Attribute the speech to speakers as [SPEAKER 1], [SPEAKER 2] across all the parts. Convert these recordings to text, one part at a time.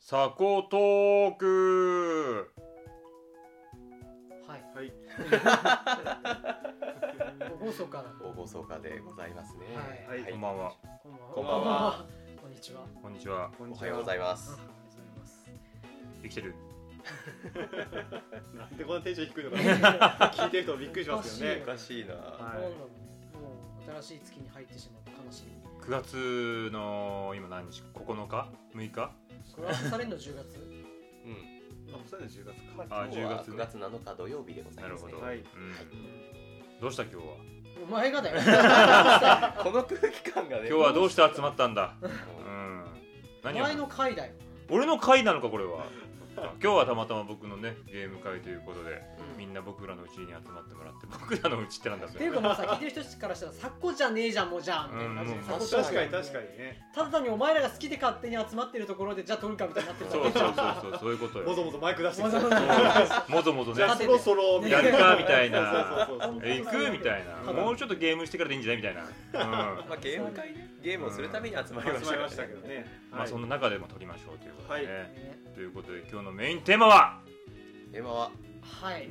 [SPEAKER 1] サコトーク
[SPEAKER 2] はい
[SPEAKER 3] はい
[SPEAKER 2] 放送から
[SPEAKER 4] 大暴走家でございますね。
[SPEAKER 2] はい
[SPEAKER 3] はい
[SPEAKER 1] こんばんは
[SPEAKER 2] こん
[SPEAKER 4] こんばんは
[SPEAKER 2] こんにちは
[SPEAKER 1] こんにちは
[SPEAKER 3] こん
[SPEAKER 4] お
[SPEAKER 3] にち
[SPEAKER 4] はようございます。
[SPEAKER 1] 生きてる
[SPEAKER 3] なんでこんなテンション低いのか聞いてる人びっくりしますよ
[SPEAKER 2] お
[SPEAKER 3] ね
[SPEAKER 4] おかしいな。
[SPEAKER 3] はい
[SPEAKER 2] もう新しい月に入ってしまった悲しみ
[SPEAKER 1] 9月の今何日9日6日
[SPEAKER 2] これは刺されんの10月
[SPEAKER 4] うん。
[SPEAKER 3] あそれで10月
[SPEAKER 1] あ
[SPEAKER 4] 今日は
[SPEAKER 1] 10
[SPEAKER 4] 9月7日土曜日でござい
[SPEAKER 1] な
[SPEAKER 4] ます、ね。
[SPEAKER 1] るほど、
[SPEAKER 3] はい
[SPEAKER 1] うん、どうした今日は
[SPEAKER 2] お前がだよ
[SPEAKER 4] この空気感がね。
[SPEAKER 1] 今日はどうして集まったんだうん
[SPEAKER 2] お
[SPEAKER 1] 何を
[SPEAKER 2] 前の回だよ
[SPEAKER 1] 俺の回なのかこれ は今日はたまたま僕のねゲーム会ということでみんな僕らのうちに集まってもらって僕らのうちってなんだ
[SPEAKER 2] っ
[SPEAKER 1] そ
[SPEAKER 2] て
[SPEAKER 1] れ
[SPEAKER 2] いうかもうさ聞いてる人たちからしたら「サッコじゃねえじゃんもうじゃん」みたいな感じ
[SPEAKER 1] うんう
[SPEAKER 2] で
[SPEAKER 1] ん
[SPEAKER 2] サコ
[SPEAKER 3] 確かに確かにね
[SPEAKER 2] ただ単にお前らが好きで勝手に集まってるところでじゃあ撮るかみたいになってるだ
[SPEAKER 1] そ
[SPEAKER 2] け
[SPEAKER 1] うそうそう そうそういうことよ
[SPEAKER 3] もぞもぞマイク出して
[SPEAKER 2] わ
[SPEAKER 3] き
[SPEAKER 2] ざ
[SPEAKER 3] た
[SPEAKER 2] わ
[SPEAKER 3] じ
[SPEAKER 2] ざ
[SPEAKER 1] もぞもぞね
[SPEAKER 3] ゃあそろそろ
[SPEAKER 2] ね
[SPEAKER 1] やるかみたいな
[SPEAKER 3] そうそうそうそう
[SPEAKER 1] え行くみたいなもうちょっとゲームしてからでいいんじゃないみたいな、うん
[SPEAKER 4] まあゲーム会ね。ゲームをするために集まりまし
[SPEAKER 3] 集まり
[SPEAKER 4] たか
[SPEAKER 3] ま
[SPEAKER 4] ら
[SPEAKER 3] し
[SPEAKER 4] ね
[SPEAKER 3] たけど。ね
[SPEAKER 1] まあその中でも撮りましょうということで、ね
[SPEAKER 2] ね
[SPEAKER 1] ということで今日のメインテーマは
[SPEAKER 4] テーマは
[SPEAKER 2] はい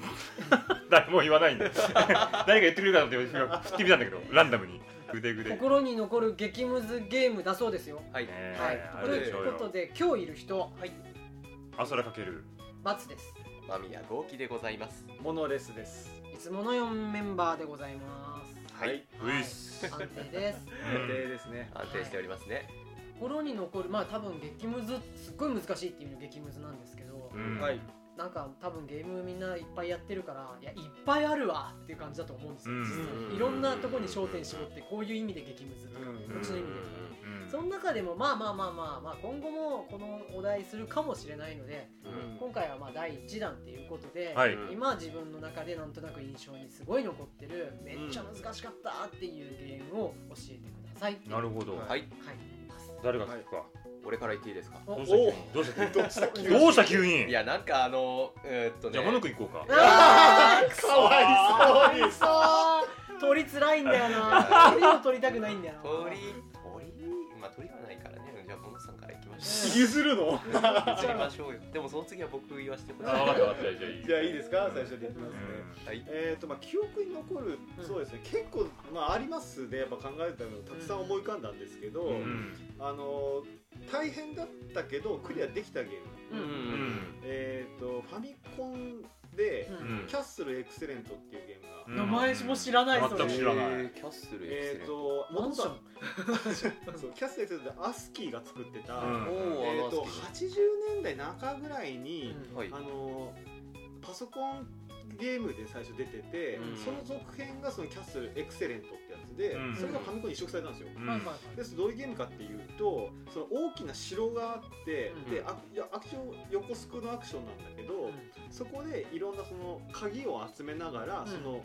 [SPEAKER 1] 誰も言わないんで 誰が言ってくれるかなって今振ってみたんだけどランダムにグデグデ、ね
[SPEAKER 2] 心に残る激ムズゲームだそうですよ
[SPEAKER 4] はい。
[SPEAKER 1] え
[SPEAKER 2] はい
[SPEAKER 1] あ
[SPEAKER 2] と
[SPEAKER 1] るで
[SPEAKER 2] い
[SPEAKER 1] しょう
[SPEAKER 2] うこと
[SPEAKER 1] よ
[SPEAKER 2] で今日いる人
[SPEAKER 4] はい。
[SPEAKER 1] あそらかける
[SPEAKER 2] バツです
[SPEAKER 4] 間宮豪輝でございます。
[SPEAKER 3] モノレスです
[SPEAKER 2] いつもの4メンバーでございます
[SPEAKER 4] はい。
[SPEAKER 1] ウィス、
[SPEAKER 2] 安 定です
[SPEAKER 1] う
[SPEAKER 3] 予定
[SPEAKER 1] ん、
[SPEAKER 3] ですね
[SPEAKER 4] 安定しておりますね。
[SPEAKER 2] 心に残るまあ多分激ムズすっごい難しいっていうの激ムズなんですけど、
[SPEAKER 1] うん
[SPEAKER 3] はい
[SPEAKER 2] なんか多分ゲームみんないっぱいやってるからいやいっぱいあるわっていう感じだと思うんですよ、
[SPEAKER 1] うん
[SPEAKER 2] 実
[SPEAKER 4] うん
[SPEAKER 2] 際いろんなとこに焦点絞ってこういう意味で激ムズとか、
[SPEAKER 3] うん
[SPEAKER 2] こっちの意味でとか、
[SPEAKER 1] うん
[SPEAKER 2] その中でもまあまあまあまあ、まあ、今後もこのお題するかもしれないので
[SPEAKER 4] うん
[SPEAKER 2] 今回はまあ第1弾っていうことで、
[SPEAKER 1] はい、
[SPEAKER 4] うん
[SPEAKER 2] 今自分の中でなんとなく印象にすごい残ってるめっちゃ難しかったっていうゲームを教えてくださいっていう
[SPEAKER 1] なるほど、
[SPEAKER 4] はい。
[SPEAKER 2] はい
[SPEAKER 1] 誰が聞くか、
[SPEAKER 4] 俺から言っていいですか。
[SPEAKER 2] お
[SPEAKER 1] どう
[SPEAKER 3] お
[SPEAKER 1] した急にどうした急に
[SPEAKER 2] お
[SPEAKER 1] どうした急に
[SPEAKER 4] いやなんかあのえーっとね。
[SPEAKER 1] じゃあモノク行こうか
[SPEAKER 2] あー
[SPEAKER 3] かわいそうに
[SPEAKER 2] くそー取りづらいんだよな取りを取りたくないんだよな
[SPEAKER 4] 鳥鳥まあ鳥はないからね。じゃあモノさんから行きましょう。
[SPEAKER 3] 譲るの
[SPEAKER 4] 譲りましょうよ。でもその次は僕言わせてほしい。
[SPEAKER 1] あ分かった分かったじゃあいい
[SPEAKER 3] じゃあいいですか最初でやってますね
[SPEAKER 4] はい。
[SPEAKER 3] えーとまあ、記憶に残る、
[SPEAKER 2] うん
[SPEAKER 3] そうですね結構、まあ、ありますでやっぱ考えたのたくさん思い浮かんだんですけど、
[SPEAKER 4] うん
[SPEAKER 1] うん
[SPEAKER 3] あの大変だったけどクリアできたゲーム、
[SPEAKER 2] う
[SPEAKER 4] うんん
[SPEAKER 1] うん
[SPEAKER 3] えー、とファミコンで
[SPEAKER 2] うん
[SPEAKER 1] う
[SPEAKER 3] 「
[SPEAKER 1] ん
[SPEAKER 3] キャッスルエクセレント」っていうゲームが、
[SPEAKER 1] うん
[SPEAKER 2] 名前も知らないそ
[SPEAKER 1] 全く
[SPEAKER 2] れ
[SPEAKER 1] 知らない
[SPEAKER 4] えーキャッスルエクセ
[SPEAKER 3] え
[SPEAKER 4] レ
[SPEAKER 3] ー、
[SPEAKER 4] ント。
[SPEAKER 3] と
[SPEAKER 2] マ
[SPEAKER 3] も
[SPEAKER 2] ンシ
[SPEAKER 3] と
[SPEAKER 2] ョ
[SPEAKER 3] は
[SPEAKER 2] ン
[SPEAKER 3] そうキャッスルエクセレントでアスキーが作ってた、
[SPEAKER 1] うん
[SPEAKER 3] えー、と
[SPEAKER 4] あの
[SPEAKER 3] 80年代中ぐらいに、
[SPEAKER 2] うん
[SPEAKER 4] はい
[SPEAKER 3] あのパソコンゲームで最初出てて、
[SPEAKER 4] うん
[SPEAKER 3] その続編がそのキャッスルエクセレントってやつで、
[SPEAKER 1] うん
[SPEAKER 3] それがファミコンに移植されたんですよ、
[SPEAKER 1] うん
[SPEAKER 2] まあまあま
[SPEAKER 3] ですどういうゲームかっていうとその大きな城があって、
[SPEAKER 2] うん
[SPEAKER 3] でアいやアクション横スクのアクションなんだけど、
[SPEAKER 2] あ
[SPEAKER 3] そこでいろんなその鍵を集めながら、
[SPEAKER 2] うん
[SPEAKER 3] その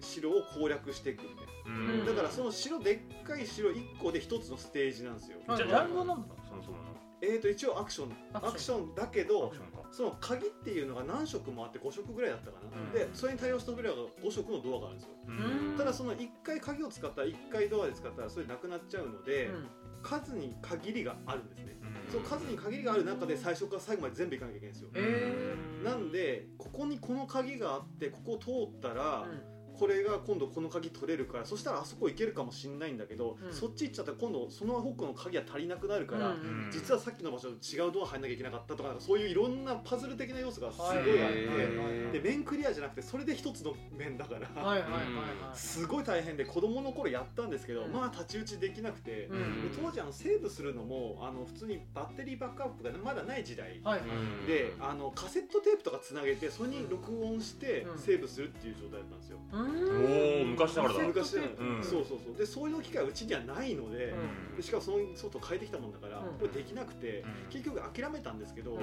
[SPEAKER 3] 城を攻略していくみたい
[SPEAKER 1] うん
[SPEAKER 3] な、だからその城でっかい城1個で1つのステージなんですよ、
[SPEAKER 2] うん
[SPEAKER 1] じゃあジャンルは何だそもそもの
[SPEAKER 3] えーと一応アクション
[SPEAKER 2] ア
[SPEAKER 3] ア
[SPEAKER 2] クシ
[SPEAKER 3] ク
[SPEAKER 2] ョン
[SPEAKER 3] ションだけ
[SPEAKER 1] ア
[SPEAKER 3] ど
[SPEAKER 1] クションか
[SPEAKER 3] その鍵っていうのが何色もあって5色ぐらいだったかな、
[SPEAKER 1] うん
[SPEAKER 3] でそれに対応した扉が5色のドアがあるんですよ
[SPEAKER 1] う
[SPEAKER 2] うん
[SPEAKER 3] ただその1回鍵を使ったら1回ドアで使ったらそれなくなっちゃうので、
[SPEAKER 2] うん
[SPEAKER 3] 数に限りがあるんですね
[SPEAKER 1] うん
[SPEAKER 3] その数に限りがある中で最初から最後まで全部いかなきゃいけないんですよ
[SPEAKER 2] えー
[SPEAKER 3] なんでここにこの鍵があってここを通ったら
[SPEAKER 2] う、ん
[SPEAKER 3] これが今度この鍵取れるからそしたらあそこ行けるかもしんないんだけど、
[SPEAKER 2] うん
[SPEAKER 3] そっち行っちゃったら今度その奥の鍵が足りなくなるか
[SPEAKER 2] う
[SPEAKER 3] ら、
[SPEAKER 2] んうん
[SPEAKER 3] 実はさっきの場所と違うドア入んなきゃいけなかったとかなんかそういういろんなパズル的な要素がすごいあって、
[SPEAKER 4] へー
[SPEAKER 3] で面クリアじゃなくてそれで一つの面だから、
[SPEAKER 2] はいはいはいはいはい
[SPEAKER 3] すごい大変で子供の頃やったんですけど、
[SPEAKER 2] うん
[SPEAKER 3] まあ太刀打ちできなくて、
[SPEAKER 2] うん
[SPEAKER 3] で当時あのセーブするのもあの普通にバッテリーバックアップがまだない時代
[SPEAKER 2] はいはい
[SPEAKER 3] であのカセットテープとかつなげてそれに録音して
[SPEAKER 2] うん
[SPEAKER 3] セーブするっていう状態だったんですよ、
[SPEAKER 2] う
[SPEAKER 1] お
[SPEAKER 2] ーん
[SPEAKER 1] ー昔だからだ
[SPEAKER 2] セーブ
[SPEAKER 3] 昔なの
[SPEAKER 1] うん
[SPEAKER 3] そうそうそうでそういう機会はうちにはないので、
[SPEAKER 2] うん
[SPEAKER 3] でしかもその外変えてきたもんだから、
[SPEAKER 2] うん
[SPEAKER 3] これできなくて、
[SPEAKER 1] うん
[SPEAKER 3] 結局諦めたんですけど、
[SPEAKER 2] うん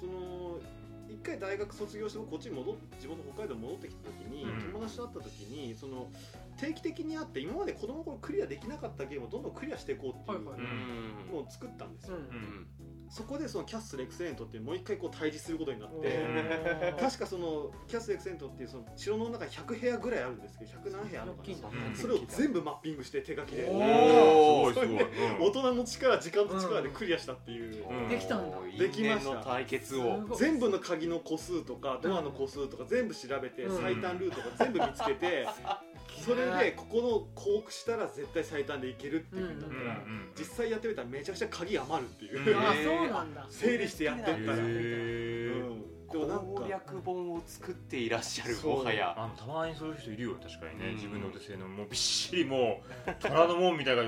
[SPEAKER 3] その一回大学卒業してこっちに戻っ地元の北海道に戻ってきた時に、
[SPEAKER 1] うん
[SPEAKER 3] 友達と会った時にその定期的に会って今まで子供の頃クリアできなかったゲームをどんどんクリアしていこうっていう
[SPEAKER 2] はいはい
[SPEAKER 4] うん
[SPEAKER 3] のを作ったんです
[SPEAKER 2] う
[SPEAKER 3] よ、
[SPEAKER 2] ん
[SPEAKER 4] うん
[SPEAKER 3] そこでそのキャッスルエクセレントっていうもう一回こう対峙することになって
[SPEAKER 1] で
[SPEAKER 2] おー
[SPEAKER 3] 確かそのキャッスルエクセレントっていうその城の中に100部屋ぐらいあるんですけど100何部屋ある
[SPEAKER 2] 大
[SPEAKER 3] のか
[SPEAKER 2] きい
[SPEAKER 3] なん
[SPEAKER 2] だ
[SPEAKER 1] うん
[SPEAKER 3] それを全部マッピングして手書きで
[SPEAKER 2] お
[SPEAKER 1] おーすごいすごい
[SPEAKER 3] 大人の力時間と力でクリアしたっていう、
[SPEAKER 1] うん
[SPEAKER 2] できたんだ
[SPEAKER 4] おーい
[SPEAKER 3] でき
[SPEAKER 4] 因
[SPEAKER 3] ま
[SPEAKER 4] 縁
[SPEAKER 3] した
[SPEAKER 4] の対決
[SPEAKER 2] す
[SPEAKER 4] を
[SPEAKER 2] ごい
[SPEAKER 3] 全部の鍵の個数とかドアの個数とか全部調べて、
[SPEAKER 2] うん
[SPEAKER 3] 最短ルートとか全部見つ けて、それでここの降伏したら絶対最短でいけるっていうふうになっ
[SPEAKER 1] う
[SPEAKER 3] た
[SPEAKER 1] ん
[SPEAKER 3] ら、
[SPEAKER 1] うんうん
[SPEAKER 3] 実際やってみたらめちゃくちゃ鍵余るっていう、
[SPEAKER 1] うん
[SPEAKER 2] あ
[SPEAKER 4] えー
[SPEAKER 2] そうなんだ
[SPEAKER 3] 整理してやってったら、
[SPEAKER 4] へー
[SPEAKER 1] へえ
[SPEAKER 3] でもなん
[SPEAKER 4] 攻
[SPEAKER 3] か
[SPEAKER 4] 略本を作っていらっしゃる
[SPEAKER 3] そう
[SPEAKER 4] もはや
[SPEAKER 1] あのたまにそういう人いるよ確かに
[SPEAKER 4] う
[SPEAKER 1] ね
[SPEAKER 4] ん
[SPEAKER 1] 自分の手製のもうびっしりもう虎の門みたいな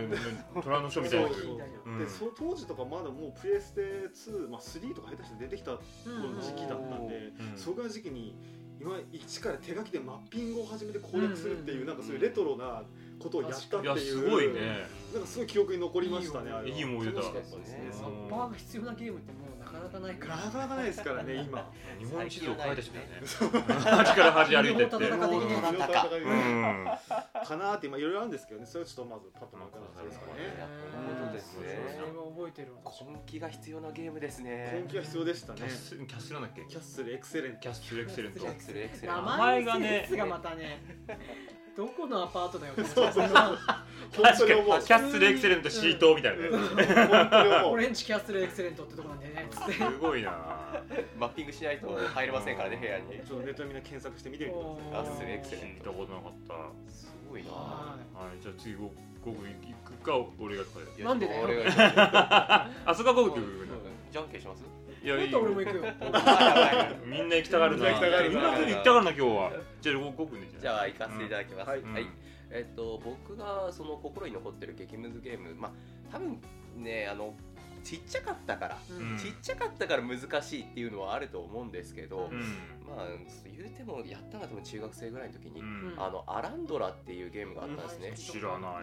[SPEAKER 1] 虎の書みたいな
[SPEAKER 3] そう
[SPEAKER 2] そう
[SPEAKER 1] うん
[SPEAKER 3] でその当時とかまだもうプレステ2、まあ、3とか下手して出てきた
[SPEAKER 2] うんうん
[SPEAKER 3] 時期だったんで、
[SPEAKER 1] うん
[SPEAKER 3] そこの時期に今一から手書きでマッピングを始めて攻略するっていう、なんかそういうレトロなことをやったっ
[SPEAKER 1] い
[SPEAKER 3] ていう
[SPEAKER 1] やすごいね
[SPEAKER 3] なんかすごい記憶に残りましたねあれはい
[SPEAKER 1] い思い出だ
[SPEAKER 3] 楽しかったですね
[SPEAKER 4] うん
[SPEAKER 2] サッパーが必要なゲームってもうなかなかないから
[SPEAKER 3] なかなかないですからね 今
[SPEAKER 1] 日本地図を変えてしまったね端から 端歩いてって
[SPEAKER 2] 日本の
[SPEAKER 4] 戦いでき
[SPEAKER 1] う
[SPEAKER 3] うん
[SPEAKER 1] ん
[SPEAKER 3] かなーって今いろいろあるんですけどねそれはちょっとまずパッとなくなったんですか
[SPEAKER 4] い
[SPEAKER 3] ね
[SPEAKER 4] や本当ですね
[SPEAKER 2] それは覚えてるわ
[SPEAKER 4] 根気が必要なゲームですね
[SPEAKER 3] 根気が必要でしたね
[SPEAKER 1] キャッスルキャッスルなんだっけ
[SPEAKER 3] キャッスルエクセレント
[SPEAKER 1] キャッスルエクセレント
[SPEAKER 4] ジャックするエクセル
[SPEAKER 2] 名前
[SPEAKER 1] 前
[SPEAKER 2] が
[SPEAKER 1] が
[SPEAKER 2] ね
[SPEAKER 1] ね
[SPEAKER 2] がまたねどこのアパートだよ
[SPEAKER 3] そうそう本当
[SPEAKER 1] 確
[SPEAKER 3] に
[SPEAKER 1] か
[SPEAKER 3] 思う
[SPEAKER 1] にキャッスルエクセレントシートみたいなね
[SPEAKER 3] うん本当に思
[SPEAKER 2] オ
[SPEAKER 3] う
[SPEAKER 2] レンジキャッスルエクセレントってとこなんだよねつって
[SPEAKER 1] すごいな
[SPEAKER 4] マッピングしないと入れませんからね部屋に
[SPEAKER 3] ちょっとネットでみんな検索して見てみてくだ
[SPEAKER 4] キャッスルエクセ
[SPEAKER 1] 聞
[SPEAKER 4] レン
[SPEAKER 1] いたことなかったは
[SPEAKER 4] すごいな
[SPEAKER 2] はい
[SPEAKER 1] じゃあ次ごごく行くか俺がとかで
[SPEAKER 2] なんでだよ
[SPEAKER 4] 俺が行く
[SPEAKER 1] あそこはごく行く
[SPEAKER 4] じゃんけんし ます
[SPEAKER 1] いや
[SPEAKER 2] もっ
[SPEAKER 1] いい
[SPEAKER 2] と
[SPEAKER 1] よ
[SPEAKER 2] 俺も行くよ
[SPEAKER 1] みんな行きたがるな。
[SPEAKER 3] みんな行きたがるな
[SPEAKER 1] みんな行きたがるな今日は。じゃあごごくね
[SPEAKER 4] じゃあ行かせていただきます、
[SPEAKER 1] うん
[SPEAKER 4] はいえっと僕がその心に残ってる激ムズゲームまあ多分ねあのちっちゃかったから、
[SPEAKER 1] うん
[SPEAKER 4] ちっちゃかったから難しいっていうのはあると思うんですけど、
[SPEAKER 1] う
[SPEAKER 2] う
[SPEAKER 1] ん。
[SPEAKER 4] まあ言うてもやったのは多分中学生ぐらいの時に、
[SPEAKER 1] うん
[SPEAKER 4] あのアランドラっていうゲームがあったんですね、
[SPEAKER 1] 知らないな。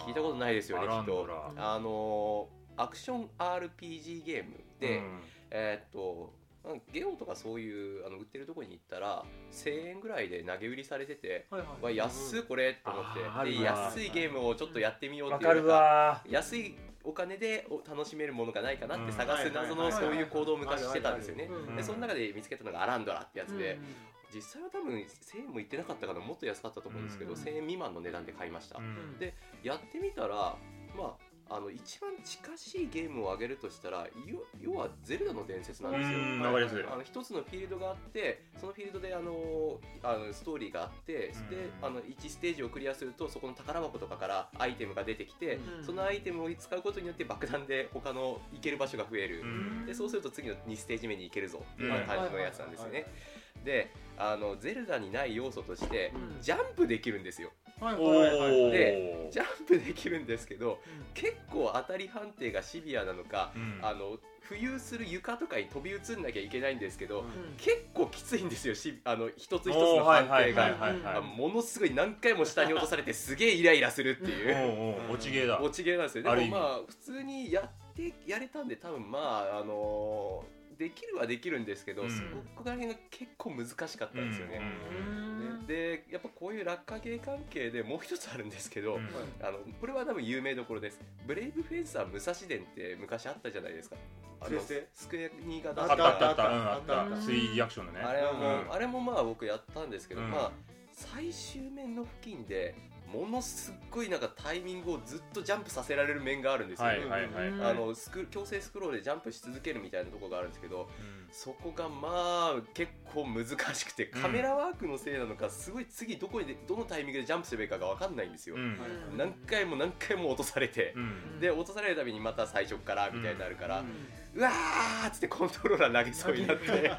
[SPEAKER 4] 聞いたことないですよねき
[SPEAKER 1] アラ
[SPEAKER 4] っ
[SPEAKER 1] ンド
[SPEAKER 4] と
[SPEAKER 1] ラ
[SPEAKER 4] あのアクション RPG ゲームで、
[SPEAKER 1] うん
[SPEAKER 4] えーっとまあゲオとかそういうあの売ってるとこに行ったら1000円ぐらいで投げ売りされてて
[SPEAKER 2] はいは
[SPEAKER 4] わ安っこれと思
[SPEAKER 1] あーあ
[SPEAKER 4] って
[SPEAKER 1] る
[SPEAKER 4] で
[SPEAKER 1] な
[SPEAKER 4] 安いゲームをちょっとやってみよう
[SPEAKER 1] わ
[SPEAKER 4] ってい
[SPEAKER 1] か
[SPEAKER 4] う
[SPEAKER 1] るわ。
[SPEAKER 4] 安いお金でお楽しめるものがないかなって
[SPEAKER 1] うん
[SPEAKER 4] 探す謎
[SPEAKER 3] は
[SPEAKER 4] の
[SPEAKER 3] いはい
[SPEAKER 2] は
[SPEAKER 4] そ
[SPEAKER 2] いうはい
[SPEAKER 4] いう行動を昔してたんですよ
[SPEAKER 2] い
[SPEAKER 4] ね
[SPEAKER 2] うん
[SPEAKER 4] でその中で見つけたのがアランドラってやつで
[SPEAKER 2] うん
[SPEAKER 4] 実際は多分1000円もいってなかったかなもっと安かったと思うんですけど
[SPEAKER 2] うん
[SPEAKER 4] 1000円未満の値段で買いました
[SPEAKER 1] うん
[SPEAKER 4] でやってみたらまああの一番近しいゲームを挙げるとしたらよ要は「ゼルダの伝説」なん
[SPEAKER 1] う
[SPEAKER 4] ですよ
[SPEAKER 1] んわかりやすい。
[SPEAKER 4] あの一つのフィールドがあってそのフィールドであのあのストーリーがあって、
[SPEAKER 1] うん
[SPEAKER 4] であの1ステージをクリアするとそこの宝箱とかからアイテムが出てきて、
[SPEAKER 2] うん
[SPEAKER 4] そのアイテムを使うことによって爆弾で他の行ける場所が増える
[SPEAKER 1] う、ん
[SPEAKER 4] でそうすると次の2ステージ目に行けるぞっていう感じのやつなんですよね。であのゼルダにない要素として
[SPEAKER 2] うん
[SPEAKER 4] ジャンプできるんですよ
[SPEAKER 2] はいはい
[SPEAKER 1] お
[SPEAKER 2] はい
[SPEAKER 1] お。
[SPEAKER 4] でジャンプできるんですけど結構当たり判定がシビアなのか、
[SPEAKER 1] うん
[SPEAKER 4] あの浮遊する床とかに飛び移んなきゃいけないんですけど、
[SPEAKER 3] うん
[SPEAKER 2] うん
[SPEAKER 4] 結構きついんですよしあの一つ一つ
[SPEAKER 1] おー
[SPEAKER 4] の
[SPEAKER 1] はい
[SPEAKER 4] 判
[SPEAKER 1] は
[SPEAKER 4] 定
[SPEAKER 1] い
[SPEAKER 4] が、
[SPEAKER 1] はいはい
[SPEAKER 4] あ
[SPEAKER 1] は
[SPEAKER 4] ものすごい何回も下に落とされてすげえイライラするってい
[SPEAKER 1] い。
[SPEAKER 4] う
[SPEAKER 1] おうおう落ち芸だ。
[SPEAKER 4] 落ちゲーなんですよ
[SPEAKER 1] ある
[SPEAKER 4] で
[SPEAKER 1] 意
[SPEAKER 4] も
[SPEAKER 1] 味
[SPEAKER 4] まあ普通にやってやれたんで多分まああのーできるはできるんですけど、
[SPEAKER 1] うん
[SPEAKER 4] そこら辺が結構難しかったんですよね、
[SPEAKER 2] うん
[SPEAKER 4] ででやっぱこういう落下芸関係でもう一つあるんですけど、
[SPEAKER 1] うん
[SPEAKER 4] あのこれは多分有名どころですブレイブフェンサー武蔵伝って昔あったじゃないですかあ
[SPEAKER 3] プレ
[SPEAKER 4] の
[SPEAKER 3] ステ
[SPEAKER 4] スクエニが出
[SPEAKER 3] あ
[SPEAKER 1] あ
[SPEAKER 4] し
[SPEAKER 1] った
[SPEAKER 4] た
[SPEAKER 1] あったあったうん
[SPEAKER 3] あった
[SPEAKER 1] あった。スイリアクションのね。
[SPEAKER 4] あれはもう、
[SPEAKER 1] うん
[SPEAKER 4] あれもまあ僕やったんですけど、
[SPEAKER 1] うん
[SPEAKER 4] まあ最終面の付近でものすっごいなんかタイミングをずっとジャンプさせられる面があるんですよ、
[SPEAKER 1] はいはいは
[SPEAKER 2] う
[SPEAKER 1] い
[SPEAKER 2] ん。
[SPEAKER 4] あのスク強制スクロールでジャンプし続けるみたいなところがあるんですけどそこがまあ結構難しくてカメラワークのせいなのかすごい次どこにどのタイミングでジャンプすればいいかが分かんないんですよ、
[SPEAKER 1] うん
[SPEAKER 2] うん
[SPEAKER 4] 何回も何回も落とされて
[SPEAKER 1] う、ん
[SPEAKER 4] で落とされるたびにまた最初からみたいになるから、う
[SPEAKER 2] う
[SPEAKER 4] わーっつって コントローラー投げそうになって。
[SPEAKER 1] あるな。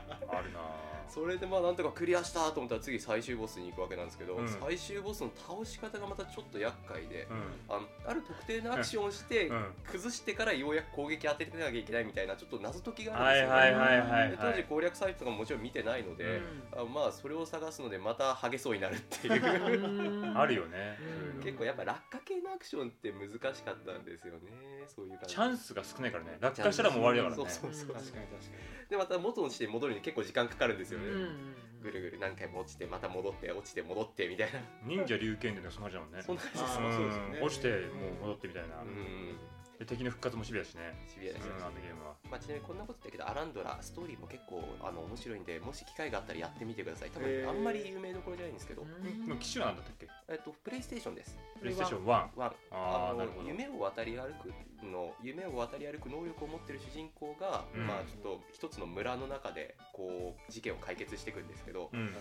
[SPEAKER 4] それでまあなんとかクリアしたと思ったら次最終ボスに行くわけなんですけど、
[SPEAKER 1] うん
[SPEAKER 4] 最終ボスの倒し方がまたちょっと厄介で、
[SPEAKER 1] うん
[SPEAKER 4] あのある特定のアクションをして、
[SPEAKER 1] うん。
[SPEAKER 4] 崩してからようやく攻撃当ててなきゃいけないみたいなちょっと謎解きがあ
[SPEAKER 1] は
[SPEAKER 4] る
[SPEAKER 1] い
[SPEAKER 4] んですよね、
[SPEAKER 1] はいはいはい
[SPEAKER 4] で
[SPEAKER 1] は
[SPEAKER 4] 当時
[SPEAKER 1] い。
[SPEAKER 4] 攻略サイトとかももちろん見てないので、
[SPEAKER 2] ん
[SPEAKER 4] あまあそれを探すのでまたハゲそうになるっ ていう
[SPEAKER 2] うん
[SPEAKER 1] あるよね。
[SPEAKER 2] うん
[SPEAKER 4] 結構やっぱ落下系のアクションって難しかったんですよねそういう感じ
[SPEAKER 1] チャンスが少ないからね。落下したらもう終わりだからね。
[SPEAKER 4] そうそうそう
[SPEAKER 3] 確かに確か
[SPEAKER 4] でまた元の地点に戻るに結構時間かかるんですよね、
[SPEAKER 2] うん
[SPEAKER 4] ぐるぐる何回も落ちてまた戻って落ちて戻ってみたいな
[SPEAKER 1] 忍者龍剣伝のその話だもんね。
[SPEAKER 4] そんな感じ
[SPEAKER 3] あ
[SPEAKER 4] です
[SPEAKER 3] ーそうですよね
[SPEAKER 1] うん落ちてもう戻ってみたいな。
[SPEAKER 4] うん
[SPEAKER 1] で敵の復活もシビアしね
[SPEAKER 4] シビアです
[SPEAKER 1] うんあのゲームは
[SPEAKER 4] まあ、ちなみにこんなこと言ったけどアランドラストーリーも結構あの面白いんでもし機会があったらやってみてください多
[SPEAKER 3] へ
[SPEAKER 4] 分
[SPEAKER 3] ー
[SPEAKER 4] あんまり有名どころじゃないんですけど、
[SPEAKER 1] うんでも機種なんだったっけ
[SPEAKER 4] えっと、プレイステーションです
[SPEAKER 1] プレイステーション1
[SPEAKER 4] 1あ
[SPEAKER 1] あー
[SPEAKER 4] の
[SPEAKER 1] なるほど
[SPEAKER 4] 夢を渡り歩くの夢を渡り歩く能力を持ってる主人公が、
[SPEAKER 1] うん
[SPEAKER 4] まあ、ちょっと一つの村の中でこう事件を解決していくんですけど、
[SPEAKER 1] うん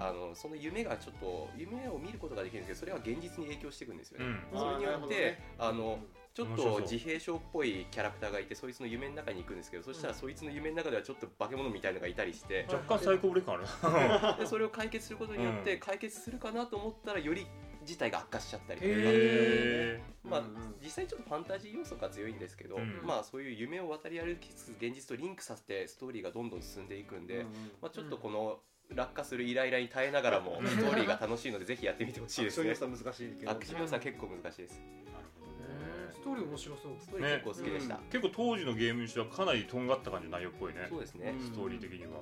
[SPEAKER 4] あのその夢がちょっと夢を見ることができるんですけどそれは現実に影響していくんですよ
[SPEAKER 1] う
[SPEAKER 4] ね、
[SPEAKER 1] ん
[SPEAKER 3] あー
[SPEAKER 4] それによって、
[SPEAKER 3] な
[SPEAKER 4] あ
[SPEAKER 3] るほど
[SPEAKER 4] の
[SPEAKER 3] ね
[SPEAKER 4] ちょっ
[SPEAKER 1] 面白そ
[SPEAKER 4] と
[SPEAKER 1] う
[SPEAKER 4] 自閉症っぽいキャラクターがいてそいつの夢の中に行くんですけどそしたら
[SPEAKER 2] うん
[SPEAKER 4] そいつの夢の中ではちょっと化け物みたいのがいたり して、
[SPEAKER 1] 若干サイコブレ感あるな
[SPEAKER 4] でそれを解決することによっ
[SPEAKER 1] う
[SPEAKER 4] て
[SPEAKER 1] ん
[SPEAKER 4] 解決するかなと思ったらより事態が悪化しちゃったりとか、
[SPEAKER 1] へ
[SPEAKER 4] まあ
[SPEAKER 3] うんうん
[SPEAKER 4] 実際ちょっとファンタジー要素が強いんですけど、
[SPEAKER 1] うん
[SPEAKER 4] まあそういう夢を渡り歩きつつ現実とリンクさせてストーリーがどんどん進んでいくん
[SPEAKER 3] う
[SPEAKER 4] で、
[SPEAKER 3] んうん
[SPEAKER 4] まあ、ちょっとこの落下するイライラに耐えながらも
[SPEAKER 1] うん
[SPEAKER 4] ストーリーが楽しいのでぜひやってみてほしいです
[SPEAKER 3] ア
[SPEAKER 4] ね
[SPEAKER 3] クション要素は難しいけど
[SPEAKER 4] アクション要素は結構難しいです
[SPEAKER 1] えなるほど
[SPEAKER 2] うん
[SPEAKER 1] ね
[SPEAKER 2] ストーリー面白そう
[SPEAKER 4] ストーリー結構好きでした、
[SPEAKER 3] ね
[SPEAKER 1] 結構当時のゲームにしてはかなりとんがった感じの内容っぽいね
[SPEAKER 4] そうですね、
[SPEAKER 3] うん
[SPEAKER 1] ストーリー的には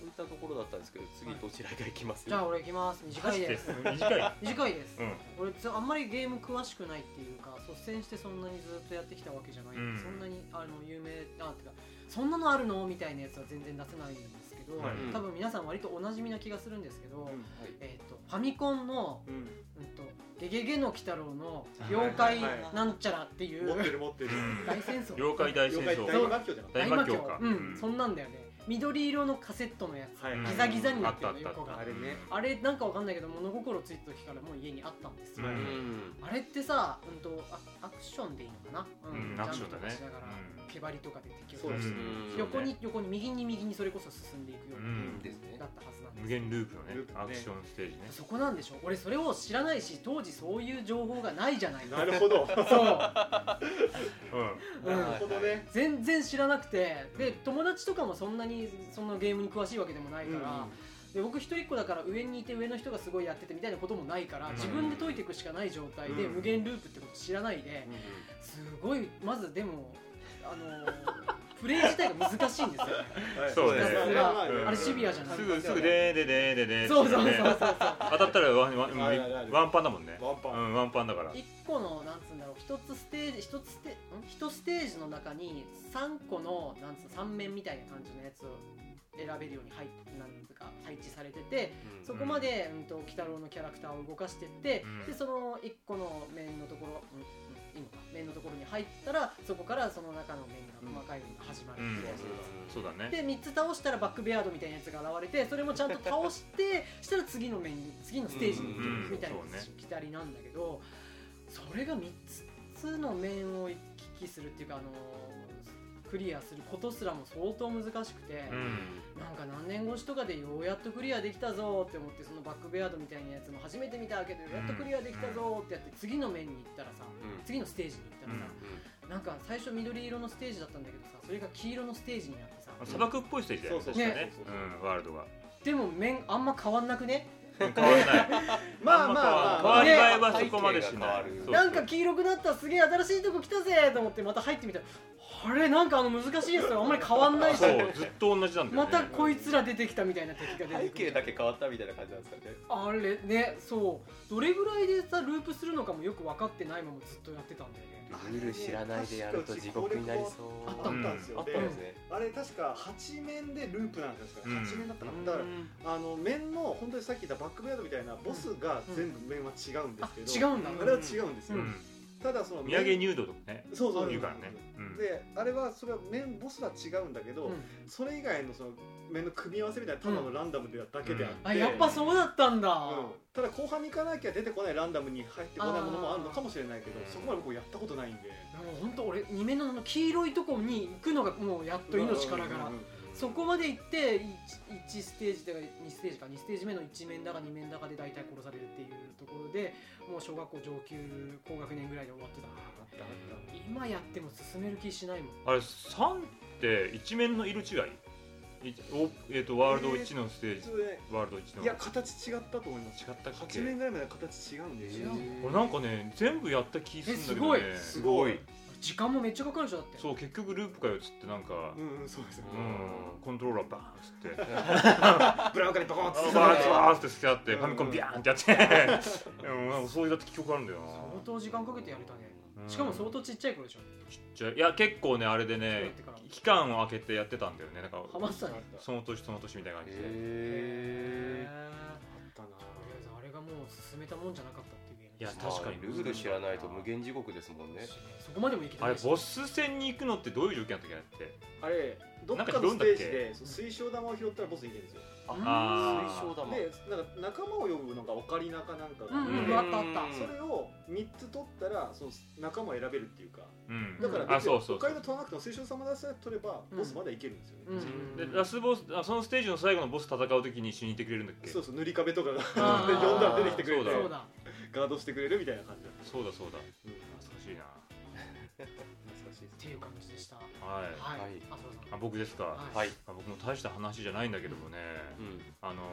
[SPEAKER 4] そういったところだったんですけど次どちらが行きます
[SPEAKER 2] じゃあ俺行きます短
[SPEAKER 1] マ
[SPEAKER 2] い
[SPEAKER 1] ジで
[SPEAKER 2] です
[SPEAKER 1] うん短い
[SPEAKER 2] 短いです、
[SPEAKER 1] うん
[SPEAKER 2] 俺つあんまりゲーム詳しくないっていうか率先してそんなにずっとやってきたわけじゃない、
[SPEAKER 1] うん
[SPEAKER 2] そんなにあの有名なってかそんなのあるのみたいなやつは全然出せないんですけど、
[SPEAKER 1] はい
[SPEAKER 4] うん
[SPEAKER 2] 多分皆さん割とおなじみな気がするんですけど、
[SPEAKER 3] うん
[SPEAKER 4] はい
[SPEAKER 2] えっとファミコンの
[SPEAKER 3] うん
[SPEAKER 2] 「うん、とゲゲゲの鬼太郎」の「妖怪なんちゃら」っていう、
[SPEAKER 3] 持ってる持ってる
[SPEAKER 2] 大戦争
[SPEAKER 1] 妖怪大戦
[SPEAKER 3] 妖怪大
[SPEAKER 1] 争
[SPEAKER 3] 魔教じゃなかっ
[SPEAKER 1] 大魔教か
[SPEAKER 2] うん、
[SPEAKER 1] うん
[SPEAKER 2] そんなんだよね緑色のカセットのやつ、
[SPEAKER 3] たはい
[SPEAKER 2] ギザギザになってる
[SPEAKER 1] あ
[SPEAKER 2] の
[SPEAKER 1] ったあった
[SPEAKER 2] 横
[SPEAKER 3] あ
[SPEAKER 2] が
[SPEAKER 3] れね
[SPEAKER 2] あれなんかわかんないけど物心ついた時からもう家にあったんですよ、
[SPEAKER 1] うん
[SPEAKER 2] あれってさ、うんと、あアクションでいいのかな、
[SPEAKER 1] うん
[SPEAKER 2] ジャ
[SPEAKER 1] アクション
[SPEAKER 2] プ
[SPEAKER 1] だ
[SPEAKER 2] と
[SPEAKER 1] ね
[SPEAKER 2] かしながら、
[SPEAKER 1] うん
[SPEAKER 2] 毛張りとかで敵を
[SPEAKER 3] そうですね
[SPEAKER 4] うん
[SPEAKER 2] 横に横に右に右にそれこそ進んでいくよう
[SPEAKER 1] う
[SPEAKER 2] なん
[SPEAKER 4] ですね
[SPEAKER 2] だったはずなんです
[SPEAKER 1] 無限ループのね
[SPEAKER 3] ループね
[SPEAKER 1] アクションステージね
[SPEAKER 2] そこなんでしょ俺それを知らないし当時そういう情報がないじゃない
[SPEAKER 3] なるほ ど
[SPEAKER 2] そう
[SPEAKER 1] う
[SPEAKER 2] うん
[SPEAKER 3] なるほどね
[SPEAKER 2] 全然知らなくてで
[SPEAKER 1] うん
[SPEAKER 2] 友達とかもそんなにそんなゲームに詳しいわけでもないから、
[SPEAKER 3] う
[SPEAKER 2] で僕一人っ子だから上にいて上の人がすごいやっててみたいなこともないから、
[SPEAKER 1] うん
[SPEAKER 2] 自分で解いていくしかない状態で、
[SPEAKER 3] うん
[SPEAKER 2] 無限ループってこと知らないで、
[SPEAKER 3] ん
[SPEAKER 2] すごいまずでもあの ープレイ自体が難しいんですよ
[SPEAKER 3] はい
[SPEAKER 1] そうね
[SPEAKER 3] まあまあまあ
[SPEAKER 1] うん
[SPEAKER 2] あれシビアじゃない
[SPEAKER 1] すぐすぐでーででーででー
[SPEAKER 2] そうそうそう
[SPEAKER 1] ね
[SPEAKER 2] そうそう
[SPEAKER 1] 当たったらワンワン
[SPEAKER 3] あるあるある
[SPEAKER 1] ワンパンだもんね
[SPEAKER 3] ワンパ
[SPEAKER 1] う
[SPEAKER 3] ン
[SPEAKER 1] んワンパンだから
[SPEAKER 2] 一個のなんつうんだろう一つステージ一つステん一ステージの中に三個のなんつう三面みたいな感じのやつを選べるように配なんつうか配置されててそこまで、うん、と鬼太郎のキャラクターを動かしてって、
[SPEAKER 1] うん
[SPEAKER 2] でその一個の面のところ、うんうん、いいのか面のところに入ったらそこからその中の面が細かいのが始まるみたいなやつ、
[SPEAKER 1] そうだね
[SPEAKER 2] で3つ倒したらバックベアードみたいなやつが現れてそれもちゃんと倒して したら次の面に次のステージに行
[SPEAKER 1] うんうんうん
[SPEAKER 2] くみたいな
[SPEAKER 1] そうね
[SPEAKER 2] きたりなんだけどそれが3つの面を行き来するっていうかあのークリアすることすらも相当難しくて、
[SPEAKER 1] うん
[SPEAKER 2] なんか何年越しとかでようやっとクリアできたぞって思ってそのバックベアードみたいなやつも初めて見たけどやっとクリアできたぞってやって次の面に行ったらさ次のステージに行ったらさ、なんか最初緑色のステージだったんだけどさそれが黄色のステージになってさ
[SPEAKER 1] 砂漠っぽいステージだよね
[SPEAKER 3] そう
[SPEAKER 1] 確
[SPEAKER 3] そう
[SPEAKER 1] か
[SPEAKER 2] そう
[SPEAKER 1] ね
[SPEAKER 3] そう
[SPEAKER 1] う
[SPEAKER 3] そうん
[SPEAKER 1] ワールドが
[SPEAKER 2] でも面あんま変わんなくね
[SPEAKER 1] 変わらない
[SPEAKER 3] まあまあ
[SPEAKER 1] ん
[SPEAKER 3] ま
[SPEAKER 1] ま
[SPEAKER 3] あ
[SPEAKER 1] 変わり映えはそこまでし
[SPEAKER 4] 背景が
[SPEAKER 1] な
[SPEAKER 4] 変わ
[SPEAKER 1] い
[SPEAKER 4] る
[SPEAKER 1] そうそう
[SPEAKER 2] なんか黄色くなったすげえ新しいとこ来たぜと思ってまた入ってみたらあれなんかあの難しいやつとあんまり変わんないし
[SPEAKER 1] そうずっと同じなんだよ
[SPEAKER 2] ま
[SPEAKER 1] ね
[SPEAKER 2] たこいつら出てきたみたいな敵が出て
[SPEAKER 4] 背
[SPEAKER 2] く
[SPEAKER 4] 景
[SPEAKER 2] る
[SPEAKER 4] だけ変わったみたいな感じなんですかね
[SPEAKER 2] あれねそうどれぐらいでさループするのかもよく分かってないままずっとやってたんだよね
[SPEAKER 4] ルール知らないでやると地獄になりそう
[SPEAKER 3] あったんです
[SPEAKER 4] あ
[SPEAKER 3] よ
[SPEAKER 4] っ
[SPEAKER 3] で
[SPEAKER 4] たんですね
[SPEAKER 3] あれ確か八面でループなんですよ
[SPEAKER 1] うん
[SPEAKER 3] 八面だったかなだからあの面の本当にさっき言ったバックベアードみたいなボスが全部面は違うんで
[SPEAKER 2] あ
[SPEAKER 3] すけど
[SPEAKER 2] 違うんだ
[SPEAKER 3] あれは違うんです
[SPEAKER 1] う
[SPEAKER 3] よ
[SPEAKER 1] ん
[SPEAKER 3] ただその
[SPEAKER 1] 土産入道とかね
[SPEAKER 3] そうそう
[SPEAKER 1] 言うからねうん
[SPEAKER 3] であれはそれは面ボスは違うんだけど、
[SPEAKER 2] うん
[SPEAKER 3] それ以外のその面の組み合わせみたいなただのランダムでだけであって、
[SPEAKER 2] あやっぱそうだったんだ
[SPEAKER 3] うんただ後半に行かなきゃ出てこないランダムに入ってこないものもあるのかもしれないけど
[SPEAKER 4] あー
[SPEAKER 3] そこまで僕やったことないん
[SPEAKER 2] も
[SPEAKER 3] で
[SPEAKER 2] うほんと俺2面のあの黄色いとこに行くのがもうやっと命からがら
[SPEAKER 3] うん
[SPEAKER 2] そこまで行って 1, ステージだか2ステージか2ステージ目の1面だか2面だかで大体殺されるっていうところでもう小学校上級高学年ぐらいで終わってた
[SPEAKER 3] あったあっ
[SPEAKER 2] 今やっても進める気しないもん
[SPEAKER 1] あれ3って一面の色違いいおえっとワールド1のステー
[SPEAKER 3] た
[SPEAKER 1] ジ
[SPEAKER 3] それで
[SPEAKER 1] ワールド1の
[SPEAKER 3] いや形違ったと思います
[SPEAKER 1] 違ったっけ
[SPEAKER 3] 8面ぐらいまで形違うんです
[SPEAKER 2] 違う
[SPEAKER 3] よ
[SPEAKER 2] の
[SPEAKER 1] 俺なんかね全部やった気するんだけど
[SPEAKER 2] え
[SPEAKER 1] ね
[SPEAKER 2] す
[SPEAKER 3] すごい
[SPEAKER 4] す
[SPEAKER 2] 時間もめっちゃかかるでしょだって
[SPEAKER 1] そう結局ループかよっつってなんか、うん
[SPEAKER 3] うんそうですよね
[SPEAKER 1] コントローラーバーンっつって
[SPEAKER 3] ブラウンカにボコン
[SPEAKER 1] バ
[SPEAKER 3] って
[SPEAKER 1] ーン
[SPEAKER 3] バ
[SPEAKER 1] バーンって捨てあってファミコンビャーンってやってうんなんかそういうだって記憶あるんだよな
[SPEAKER 2] 相当時間かけてやれたね
[SPEAKER 1] うん
[SPEAKER 2] しかも相当ちっちゃい頃でしょ
[SPEAKER 1] じゃあいや結構ねあれで
[SPEAKER 2] そうや
[SPEAKER 1] ね
[SPEAKER 2] ってから
[SPEAKER 1] 期間を空けてやってたんだよねなんか
[SPEAKER 2] ハマってたね
[SPEAKER 1] その年その年みたいな感じで、
[SPEAKER 4] へえ
[SPEAKER 3] たな
[SPEAKER 2] とりあえずあれがもう進めたもんじゃなかったっていうゲーム
[SPEAKER 1] いや
[SPEAKER 2] ですね
[SPEAKER 1] 確かに
[SPEAKER 4] ルール知らないと無限地獄ですもんね
[SPEAKER 2] そこまでもいけて
[SPEAKER 1] あ
[SPEAKER 2] な
[SPEAKER 1] れ
[SPEAKER 2] いし
[SPEAKER 1] ボス戦に行くのってどういう条件の時だって
[SPEAKER 3] あれどっか
[SPEAKER 1] なんか拾う
[SPEAKER 3] の
[SPEAKER 1] ん
[SPEAKER 3] ス
[SPEAKER 1] だ
[SPEAKER 3] テ
[SPEAKER 1] っけ
[SPEAKER 3] ージでそう水晶玉を拾ったらボスいけるんですよ
[SPEAKER 2] うん
[SPEAKER 1] あー
[SPEAKER 4] 水晶玉
[SPEAKER 3] でなんか仲間を呼ぶのがオカリナかなんか
[SPEAKER 2] う
[SPEAKER 3] があ
[SPEAKER 2] ん
[SPEAKER 3] って、
[SPEAKER 2] うん、
[SPEAKER 1] うん
[SPEAKER 2] あったあった
[SPEAKER 4] うん
[SPEAKER 3] それを3つ取ったらその仲間を選べるっていうか
[SPEAKER 1] うん
[SPEAKER 3] だか
[SPEAKER 1] あ
[SPEAKER 3] ら別に
[SPEAKER 1] そうそう
[SPEAKER 3] オ
[SPEAKER 1] そ
[SPEAKER 3] カ
[SPEAKER 1] う
[SPEAKER 3] リナ取らなくても水晶玉だけ取ればボスまではいけるんですよね、
[SPEAKER 2] うんうん
[SPEAKER 1] でラスボスあそのステージの最後のボス戦う時に一緒にいてくれるんだっけ
[SPEAKER 3] そうそう塗り壁とかが
[SPEAKER 2] あー
[SPEAKER 3] 呼んだら出てきてくれて
[SPEAKER 1] そう
[SPEAKER 2] そうだ
[SPEAKER 3] ガードしてくれるみたいな感じだっ
[SPEAKER 1] そうだそうだ
[SPEAKER 3] た、うん、
[SPEAKER 1] 懐かしいな
[SPEAKER 3] 懐かしいで
[SPEAKER 2] っていう感じでしたはい
[SPEAKER 1] はい
[SPEAKER 2] あ
[SPEAKER 4] はい
[SPEAKER 1] あ僕ですか、
[SPEAKER 2] はい
[SPEAKER 4] はい
[SPEAKER 1] あ僕も大した話じゃないんだけどもね、
[SPEAKER 4] うん
[SPEAKER 1] あのー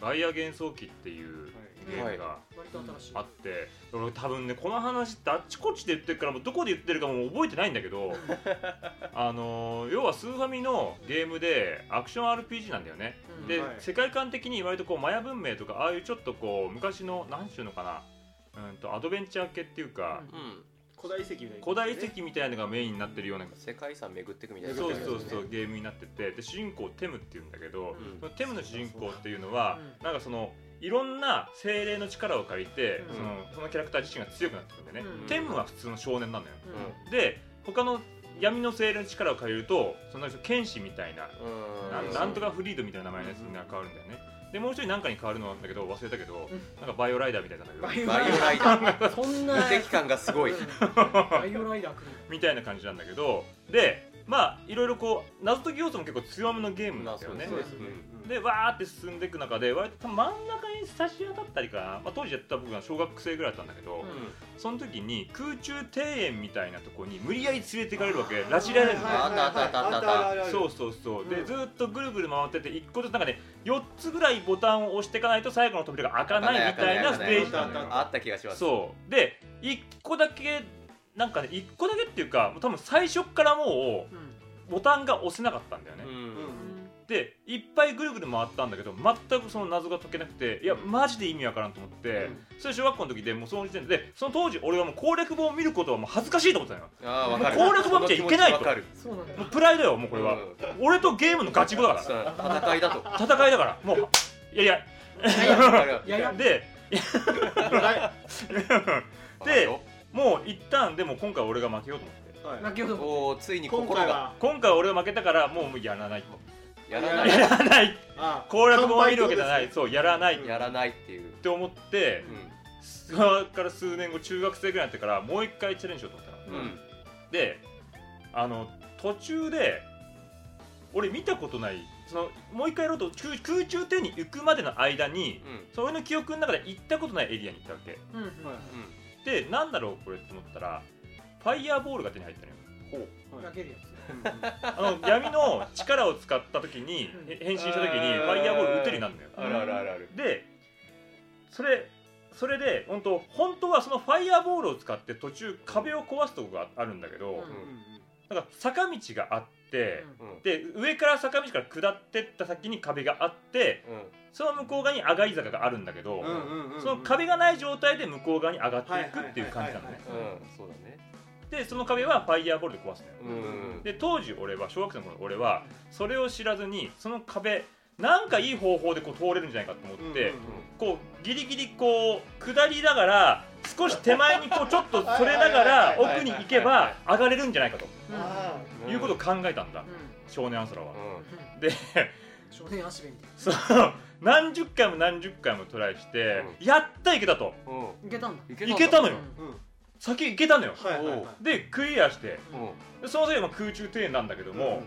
[SPEAKER 1] ガイア幻想機っていうゲームが、
[SPEAKER 2] 割と新しい
[SPEAKER 1] あって俺多分ねこの話ってあっちこっちで言ってるからもうどこで言ってるかもう覚えてないんだけどあのー要はスーファミのゲームでアクション RPG なんだよね、
[SPEAKER 2] うん
[SPEAKER 1] で、
[SPEAKER 3] はい
[SPEAKER 1] 世界観的に割とこうマヤ文明とかああいうちょっとこう昔の何ていうのかなうんとアドベンチャー系っていうか、
[SPEAKER 2] うん
[SPEAKER 4] うん
[SPEAKER 3] 古代遺跡みたいな
[SPEAKER 1] 古代遺
[SPEAKER 3] ね
[SPEAKER 1] 跡みたいなのがメインになってるような
[SPEAKER 4] 世界遺産巡ってくみたいな
[SPEAKER 1] そうそう
[SPEAKER 4] です
[SPEAKER 1] そ
[SPEAKER 4] ね
[SPEAKER 1] うゲームになっててで主人公テムっていうんだけど、
[SPEAKER 2] うん
[SPEAKER 1] そのテムの主人公っていうのは
[SPEAKER 2] うん
[SPEAKER 1] なんかそのいろんな精霊の力を借りて、
[SPEAKER 2] うん
[SPEAKER 1] そのそのキャラクター自身が強くなってくるんだよね、
[SPEAKER 2] うん
[SPEAKER 1] テムは普通の少年なんだよ、
[SPEAKER 2] うん
[SPEAKER 1] で他の闇の精霊の力を借りるとその剣士みたいな、
[SPEAKER 4] うん
[SPEAKER 1] な、
[SPEAKER 2] うん
[SPEAKER 1] なんとかフリードみたいな名前のやつに変わるんだよねでもう一人なんかに変わるのなんだけど忘れたけど、
[SPEAKER 2] うん
[SPEAKER 1] なんかバイオライダーみたいなんだけど
[SPEAKER 2] バイオ
[SPEAKER 4] バイオライダー
[SPEAKER 2] そんな
[SPEAKER 4] 無敵感がすごい
[SPEAKER 2] うんバイオライダー来る
[SPEAKER 1] みたいな感じなんだけどでまあいろいろこう謎解き要素も結構強めのゲームなんだよね、
[SPEAKER 4] まあ
[SPEAKER 3] そうですよね、うん
[SPEAKER 1] でわーって進んでいく中で割と多分真ん中に差し当たったりかな、まあ、当時やってた僕が小学生ぐらいだったんだけど、
[SPEAKER 2] うん
[SPEAKER 1] その時に空中庭園みたいなとこに無理やり連れていかれるわけ拉致られるの、
[SPEAKER 4] はいあったあったあったあった
[SPEAKER 3] あるある
[SPEAKER 1] そうそうそう、
[SPEAKER 3] うん
[SPEAKER 1] でずっとぐるぐる回ってて一個ずつなんかね4つぐらいボタンを押していかないと最後の扉が開かないみたいなステージなの
[SPEAKER 3] 開かない開かない開かない
[SPEAKER 1] よ
[SPEAKER 4] あった気がします
[SPEAKER 1] そうで1個だけなんかね1個だけっていうか多分最初っからも
[SPEAKER 2] うん
[SPEAKER 1] うボタンが押せなかったんだよね、
[SPEAKER 4] うん
[SPEAKER 1] でいっぱいぐるぐる回ったんだけど全くその謎が解けなくていやマジで意味わからんと思って、それ小学校の時でもうその時点でその当時俺はもう攻略本を見ることはもう恥ずかしいと思ってたのよ
[SPEAKER 4] ああわかる
[SPEAKER 1] もう攻略本見ちゃいけないと
[SPEAKER 4] わかる
[SPEAKER 2] そうなんだ
[SPEAKER 1] もうプライドよもうこれは、
[SPEAKER 4] うん
[SPEAKER 1] 俺とゲームのガチ語だか
[SPEAKER 4] そう戦いだ と
[SPEAKER 1] ら戦いだからもういやいや
[SPEAKER 4] わかる
[SPEAKER 2] いやいや
[SPEAKER 1] で でもう一旦でも今回俺が負けようと思って
[SPEAKER 3] はい
[SPEAKER 2] 泣きほども
[SPEAKER 4] おーついに
[SPEAKER 3] 今
[SPEAKER 4] 心
[SPEAKER 3] 回
[SPEAKER 4] が
[SPEAKER 3] は
[SPEAKER 1] 今回俺が負けたからもうもうやらない
[SPEAKER 4] やらな
[SPEAKER 1] や
[SPEAKER 4] い
[SPEAKER 1] らない
[SPEAKER 3] あ
[SPEAKER 1] 攻略本を見るわけじゃない、そうやらないっ
[SPEAKER 3] うん
[SPEAKER 4] やらないっていう
[SPEAKER 1] て思って、
[SPEAKER 4] う
[SPEAKER 1] それから数年後中学生ぐらいになってからもう一回チャレンジしようと思ったの、
[SPEAKER 4] んうん
[SPEAKER 1] であの途中で俺見たことないそのもう一回やろうと空空中庭に行くまでの間に
[SPEAKER 4] うん
[SPEAKER 1] それの記憶の中で行ったことないエリアに行ったわけ
[SPEAKER 2] うんうん
[SPEAKER 1] でなんだろうこれって思ったらファイヤーボールが手に入ったのよ
[SPEAKER 2] 泣けるや
[SPEAKER 1] あ の闇の力を使った時に
[SPEAKER 2] うん
[SPEAKER 1] へ変身した時にファイヤーボール打てるようになるの
[SPEAKER 4] あ
[SPEAKER 1] よ
[SPEAKER 4] るあるあるある
[SPEAKER 1] でそれそれで本当本当はそのファイヤーボールを使って途中壁を壊すとこがあるんだけど、
[SPEAKER 2] うん
[SPEAKER 1] なんか坂道があって、
[SPEAKER 2] つ
[SPEAKER 4] うん
[SPEAKER 1] で上から坂道から下ってった先に壁があって
[SPEAKER 4] うん
[SPEAKER 1] その向こう側に上がり坂があるんだけど、その壁
[SPEAKER 3] が
[SPEAKER 1] がない状態で向こう側に上がっていくっていう感じなの
[SPEAKER 3] はいはいはいは
[SPEAKER 1] ね
[SPEAKER 3] い
[SPEAKER 4] うんそうだね
[SPEAKER 1] でその壁はファイヤーボールで壊すのよ、
[SPEAKER 4] うん
[SPEAKER 1] で当時俺は小学生の頃俺はそれを知らずにその壁なんかいい方法でこう通れるんじゃないかと思って、こうギリギリこう下りながら少し手前にこうちょっとそれながら奥に行けば上がれるんじゃないかと
[SPEAKER 2] うん
[SPEAKER 3] あ
[SPEAKER 4] うん
[SPEAKER 1] いうことを考えたんだ
[SPEAKER 2] うん
[SPEAKER 1] 少年アンソラは。
[SPEAKER 4] うん
[SPEAKER 2] うん
[SPEAKER 1] で
[SPEAKER 2] 少年足部みたい
[SPEAKER 1] そう何十回も何十回もトライして、
[SPEAKER 4] う
[SPEAKER 1] やったいけたと
[SPEAKER 4] う
[SPEAKER 2] な
[SPEAKER 4] ん
[SPEAKER 2] いけたんだ
[SPEAKER 1] いけたの
[SPEAKER 2] う
[SPEAKER 1] よ
[SPEAKER 2] ん
[SPEAKER 3] うん
[SPEAKER 1] 先行けたのよ
[SPEAKER 3] はいはいはい
[SPEAKER 1] でクリアして
[SPEAKER 4] うん
[SPEAKER 1] でそのせいでまあ空中庭園なんだけども、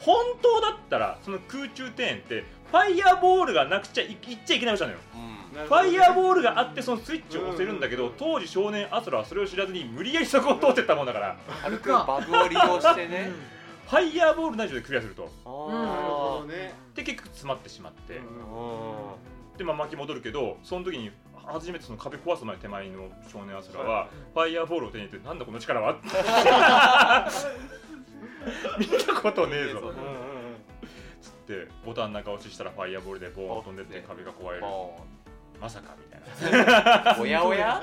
[SPEAKER 1] 本当だったらその空中庭園ってファイヤーボールがなくちゃい行っちゃいけない場所なのよ
[SPEAKER 4] うん
[SPEAKER 3] なる
[SPEAKER 1] フ
[SPEAKER 3] ほど
[SPEAKER 1] ァイヤーボールがあってそのスイッチを押せるんだけど、
[SPEAKER 3] うん
[SPEAKER 1] 当時少年アスラはそれを知らずに無理やりそこを通ってったもんだから、
[SPEAKER 4] 軽くバグを利用してね
[SPEAKER 1] ファイヤーボールない状でクリアすると
[SPEAKER 4] あ
[SPEAKER 2] う
[SPEAKER 4] ー
[SPEAKER 2] んうん
[SPEAKER 3] なるほどね
[SPEAKER 1] で結局詰まってしまって、
[SPEAKER 3] うん
[SPEAKER 4] うん
[SPEAKER 1] でまあ巻き戻るけどその時に初めてその壁壊す前手前の少年アスラはファイヤーボールを手に入れてなんだこの力はって見たことねえぞ
[SPEAKER 3] うんうんうん
[SPEAKER 1] つってボタン中押ししたらファイヤーボールでボーンと飛んでって壁が壊れる
[SPEAKER 4] あ
[SPEAKER 1] まさかみたいな
[SPEAKER 4] ーおやおや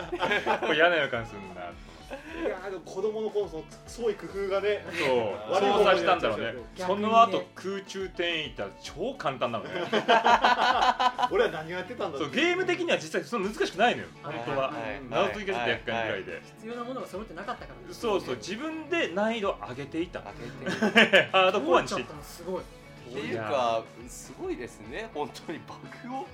[SPEAKER 1] これ嫌な予感するんだ
[SPEAKER 3] いやーでも子供の頃その創意工夫がね
[SPEAKER 1] そう
[SPEAKER 3] 悪い
[SPEAKER 1] 操
[SPEAKER 3] 方
[SPEAKER 1] 作
[SPEAKER 3] に
[SPEAKER 1] し
[SPEAKER 3] や
[SPEAKER 1] た
[SPEAKER 3] っ
[SPEAKER 1] ん
[SPEAKER 3] ち
[SPEAKER 1] だろ
[SPEAKER 3] ゃう
[SPEAKER 1] う
[SPEAKER 3] けど
[SPEAKER 1] ねその後空中転移ったら超簡単なのね
[SPEAKER 3] 俺は何をやってたんだ
[SPEAKER 1] そうゲーム的には実際そんな難しくないのよ本当は
[SPEAKER 2] はい
[SPEAKER 1] ナウトいけちょっと厄介ぐらいで
[SPEAKER 2] 必要なものが揃ってなかったからです
[SPEAKER 1] そうそう自分で難易度を上げていた
[SPEAKER 4] 開けて
[SPEAKER 1] ハードコ
[SPEAKER 2] 思
[SPEAKER 1] ア
[SPEAKER 2] っ
[SPEAKER 1] にし
[SPEAKER 2] ちゃ
[SPEAKER 1] て
[SPEAKER 2] っ
[SPEAKER 1] いた
[SPEAKER 2] たのすごい
[SPEAKER 4] っていうかすごいですね本当に爆を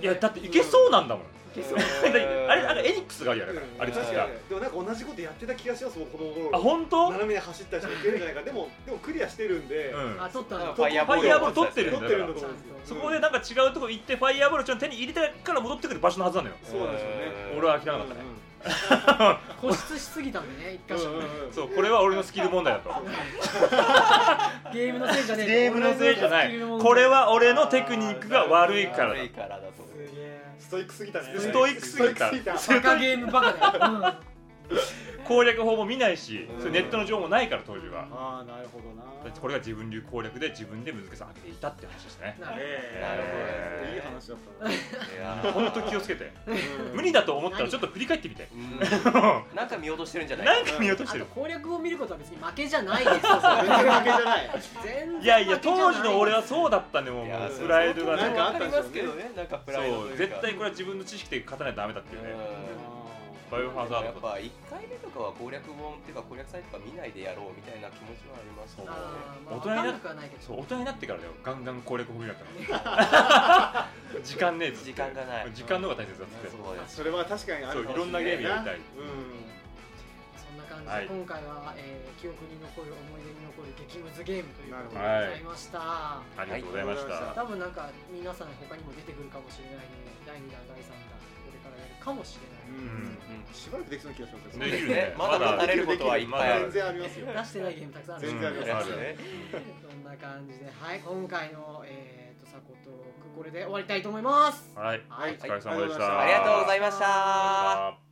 [SPEAKER 1] いやだっていけそうなんだもん
[SPEAKER 4] けそう
[SPEAKER 1] だって あれなんかエニックスがあるやんだか
[SPEAKER 3] うん
[SPEAKER 1] らあれ
[SPEAKER 3] 確
[SPEAKER 1] 確
[SPEAKER 3] か
[SPEAKER 1] か
[SPEAKER 3] にでもなんか同じことやってた気がしますもん子供の
[SPEAKER 1] あ
[SPEAKER 3] 頃
[SPEAKER 1] 本当
[SPEAKER 3] 斜めに走ったりしていけるんじゃないかでもでもクリアしてるんで、
[SPEAKER 1] うん
[SPEAKER 2] あ取ったん
[SPEAKER 4] フ
[SPEAKER 2] だ
[SPEAKER 4] ァイヤーボール
[SPEAKER 1] ファイヤーボール取ってるんだ
[SPEAKER 3] 取ってるんだと思うんですよ
[SPEAKER 1] そこでなんか違うとこ行ってファイヤーボールちゃんと手に入れてから戻ってくる場所のはずなのよ
[SPEAKER 3] そうなんですよね
[SPEAKER 4] うん
[SPEAKER 1] 俺は諦めなかったね
[SPEAKER 2] 固執しすぎたんでね一箇所
[SPEAKER 1] そうこれは俺のスキル問題だと
[SPEAKER 2] ゲームのせいじゃねえ
[SPEAKER 1] ゲームのせいじゃな
[SPEAKER 2] 俺
[SPEAKER 1] い
[SPEAKER 2] のスキルの問題
[SPEAKER 1] これは俺のテクニックが悪いからだ
[SPEAKER 4] 悪いからだと思う
[SPEAKER 2] すげえ
[SPEAKER 3] ストイックすぎたね
[SPEAKER 1] ストイックすぎた
[SPEAKER 3] ストイックすぎ
[SPEAKER 2] バカゲームバカだよ、うん
[SPEAKER 1] 攻略法も見ないし
[SPEAKER 3] うん
[SPEAKER 1] それネットの情報もないから当時は
[SPEAKER 3] ああなるほどな
[SPEAKER 1] だってこれが自分流攻略で自分で難しさ上げていたって話ですね
[SPEAKER 2] なる
[SPEAKER 4] なるほどですね
[SPEAKER 3] いい話だったね
[SPEAKER 4] いやー
[SPEAKER 1] 本当気をつけて
[SPEAKER 3] うん
[SPEAKER 1] 無理だと思ったらちょっと振り返ってみて
[SPEAKER 4] うんなんか見落としてるんじゃない
[SPEAKER 1] 何か見落とし
[SPEAKER 2] あ
[SPEAKER 1] て
[SPEAKER 2] と
[SPEAKER 1] る
[SPEAKER 2] 攻略を見ることは別に負けじゃないです
[SPEAKER 3] 全然負けじゃない
[SPEAKER 2] 全然
[SPEAKER 1] いやいや当時の俺は
[SPEAKER 2] そ
[SPEAKER 1] そうだったねもう
[SPEAKER 4] いやーそれ
[SPEAKER 1] プライドが
[SPEAKER 3] な
[SPEAKER 1] ね
[SPEAKER 3] ん
[SPEAKER 4] わ
[SPEAKER 3] かあ
[SPEAKER 4] か
[SPEAKER 3] った
[SPEAKER 4] り
[SPEAKER 3] んで
[SPEAKER 4] ます
[SPEAKER 3] よね
[SPEAKER 4] すけどねなんかプライド
[SPEAKER 1] そ
[SPEAKER 4] といううか
[SPEAKER 1] 絶対これは自分の知識で勝たないとダメだっていうね
[SPEAKER 4] う
[SPEAKER 1] バイオハ
[SPEAKER 4] ん
[SPEAKER 1] ザー
[SPEAKER 4] やっ
[SPEAKER 1] ドとか
[SPEAKER 4] ぱ一回目とかは攻略本っていうか攻略サイトとか見ないでやろうみたいな気持ちはあります
[SPEAKER 1] そう
[SPEAKER 2] あー、ま
[SPEAKER 1] 大人にな
[SPEAKER 2] あ、大人になくはないけど
[SPEAKER 1] そう大人になってからだよガンガン攻略法になった の時間ねえっつって
[SPEAKER 4] 時間がない
[SPEAKER 1] 時間の方が大切だっつって
[SPEAKER 4] そうです
[SPEAKER 3] それは確かにあるか
[SPEAKER 1] そういろ
[SPEAKER 3] もしれ
[SPEAKER 1] んなゲームやりたい
[SPEAKER 3] うん
[SPEAKER 2] そんな感じで、
[SPEAKER 1] はい
[SPEAKER 2] 今回は、えー記憶に残る思い出に残る激ムズゲームということでご
[SPEAKER 1] なるほど
[SPEAKER 2] ざいまし
[SPEAKER 1] あ
[SPEAKER 2] た、
[SPEAKER 1] りがとうございました、
[SPEAKER 3] はい
[SPEAKER 2] 多分なんか皆さん他にも出てくるかもしれないので第2弾第3弾これからやるかもしれ
[SPEAKER 3] う
[SPEAKER 2] ない、
[SPEAKER 3] ん
[SPEAKER 4] うん
[SPEAKER 3] しばらくできそうな気がします
[SPEAKER 1] できる
[SPEAKER 4] ね
[SPEAKER 1] ね
[SPEAKER 4] まだ語れることはいっぱいあ
[SPEAKER 3] 全
[SPEAKER 4] る
[SPEAKER 3] 然ありますよ
[SPEAKER 2] 出してないゲームたくさんある
[SPEAKER 3] 全然あります
[SPEAKER 1] うん
[SPEAKER 4] あ
[SPEAKER 1] あ
[SPEAKER 4] る
[SPEAKER 1] る
[SPEAKER 4] ね
[SPEAKER 1] ね
[SPEAKER 2] そんな感じではい今回のえーとサコトークこれで終わりたいと思います
[SPEAKER 1] はい、
[SPEAKER 2] はい
[SPEAKER 1] お疲れ様でした
[SPEAKER 4] ありがとうござ
[SPEAKER 2] い
[SPEAKER 4] いました
[SPEAKER 1] ました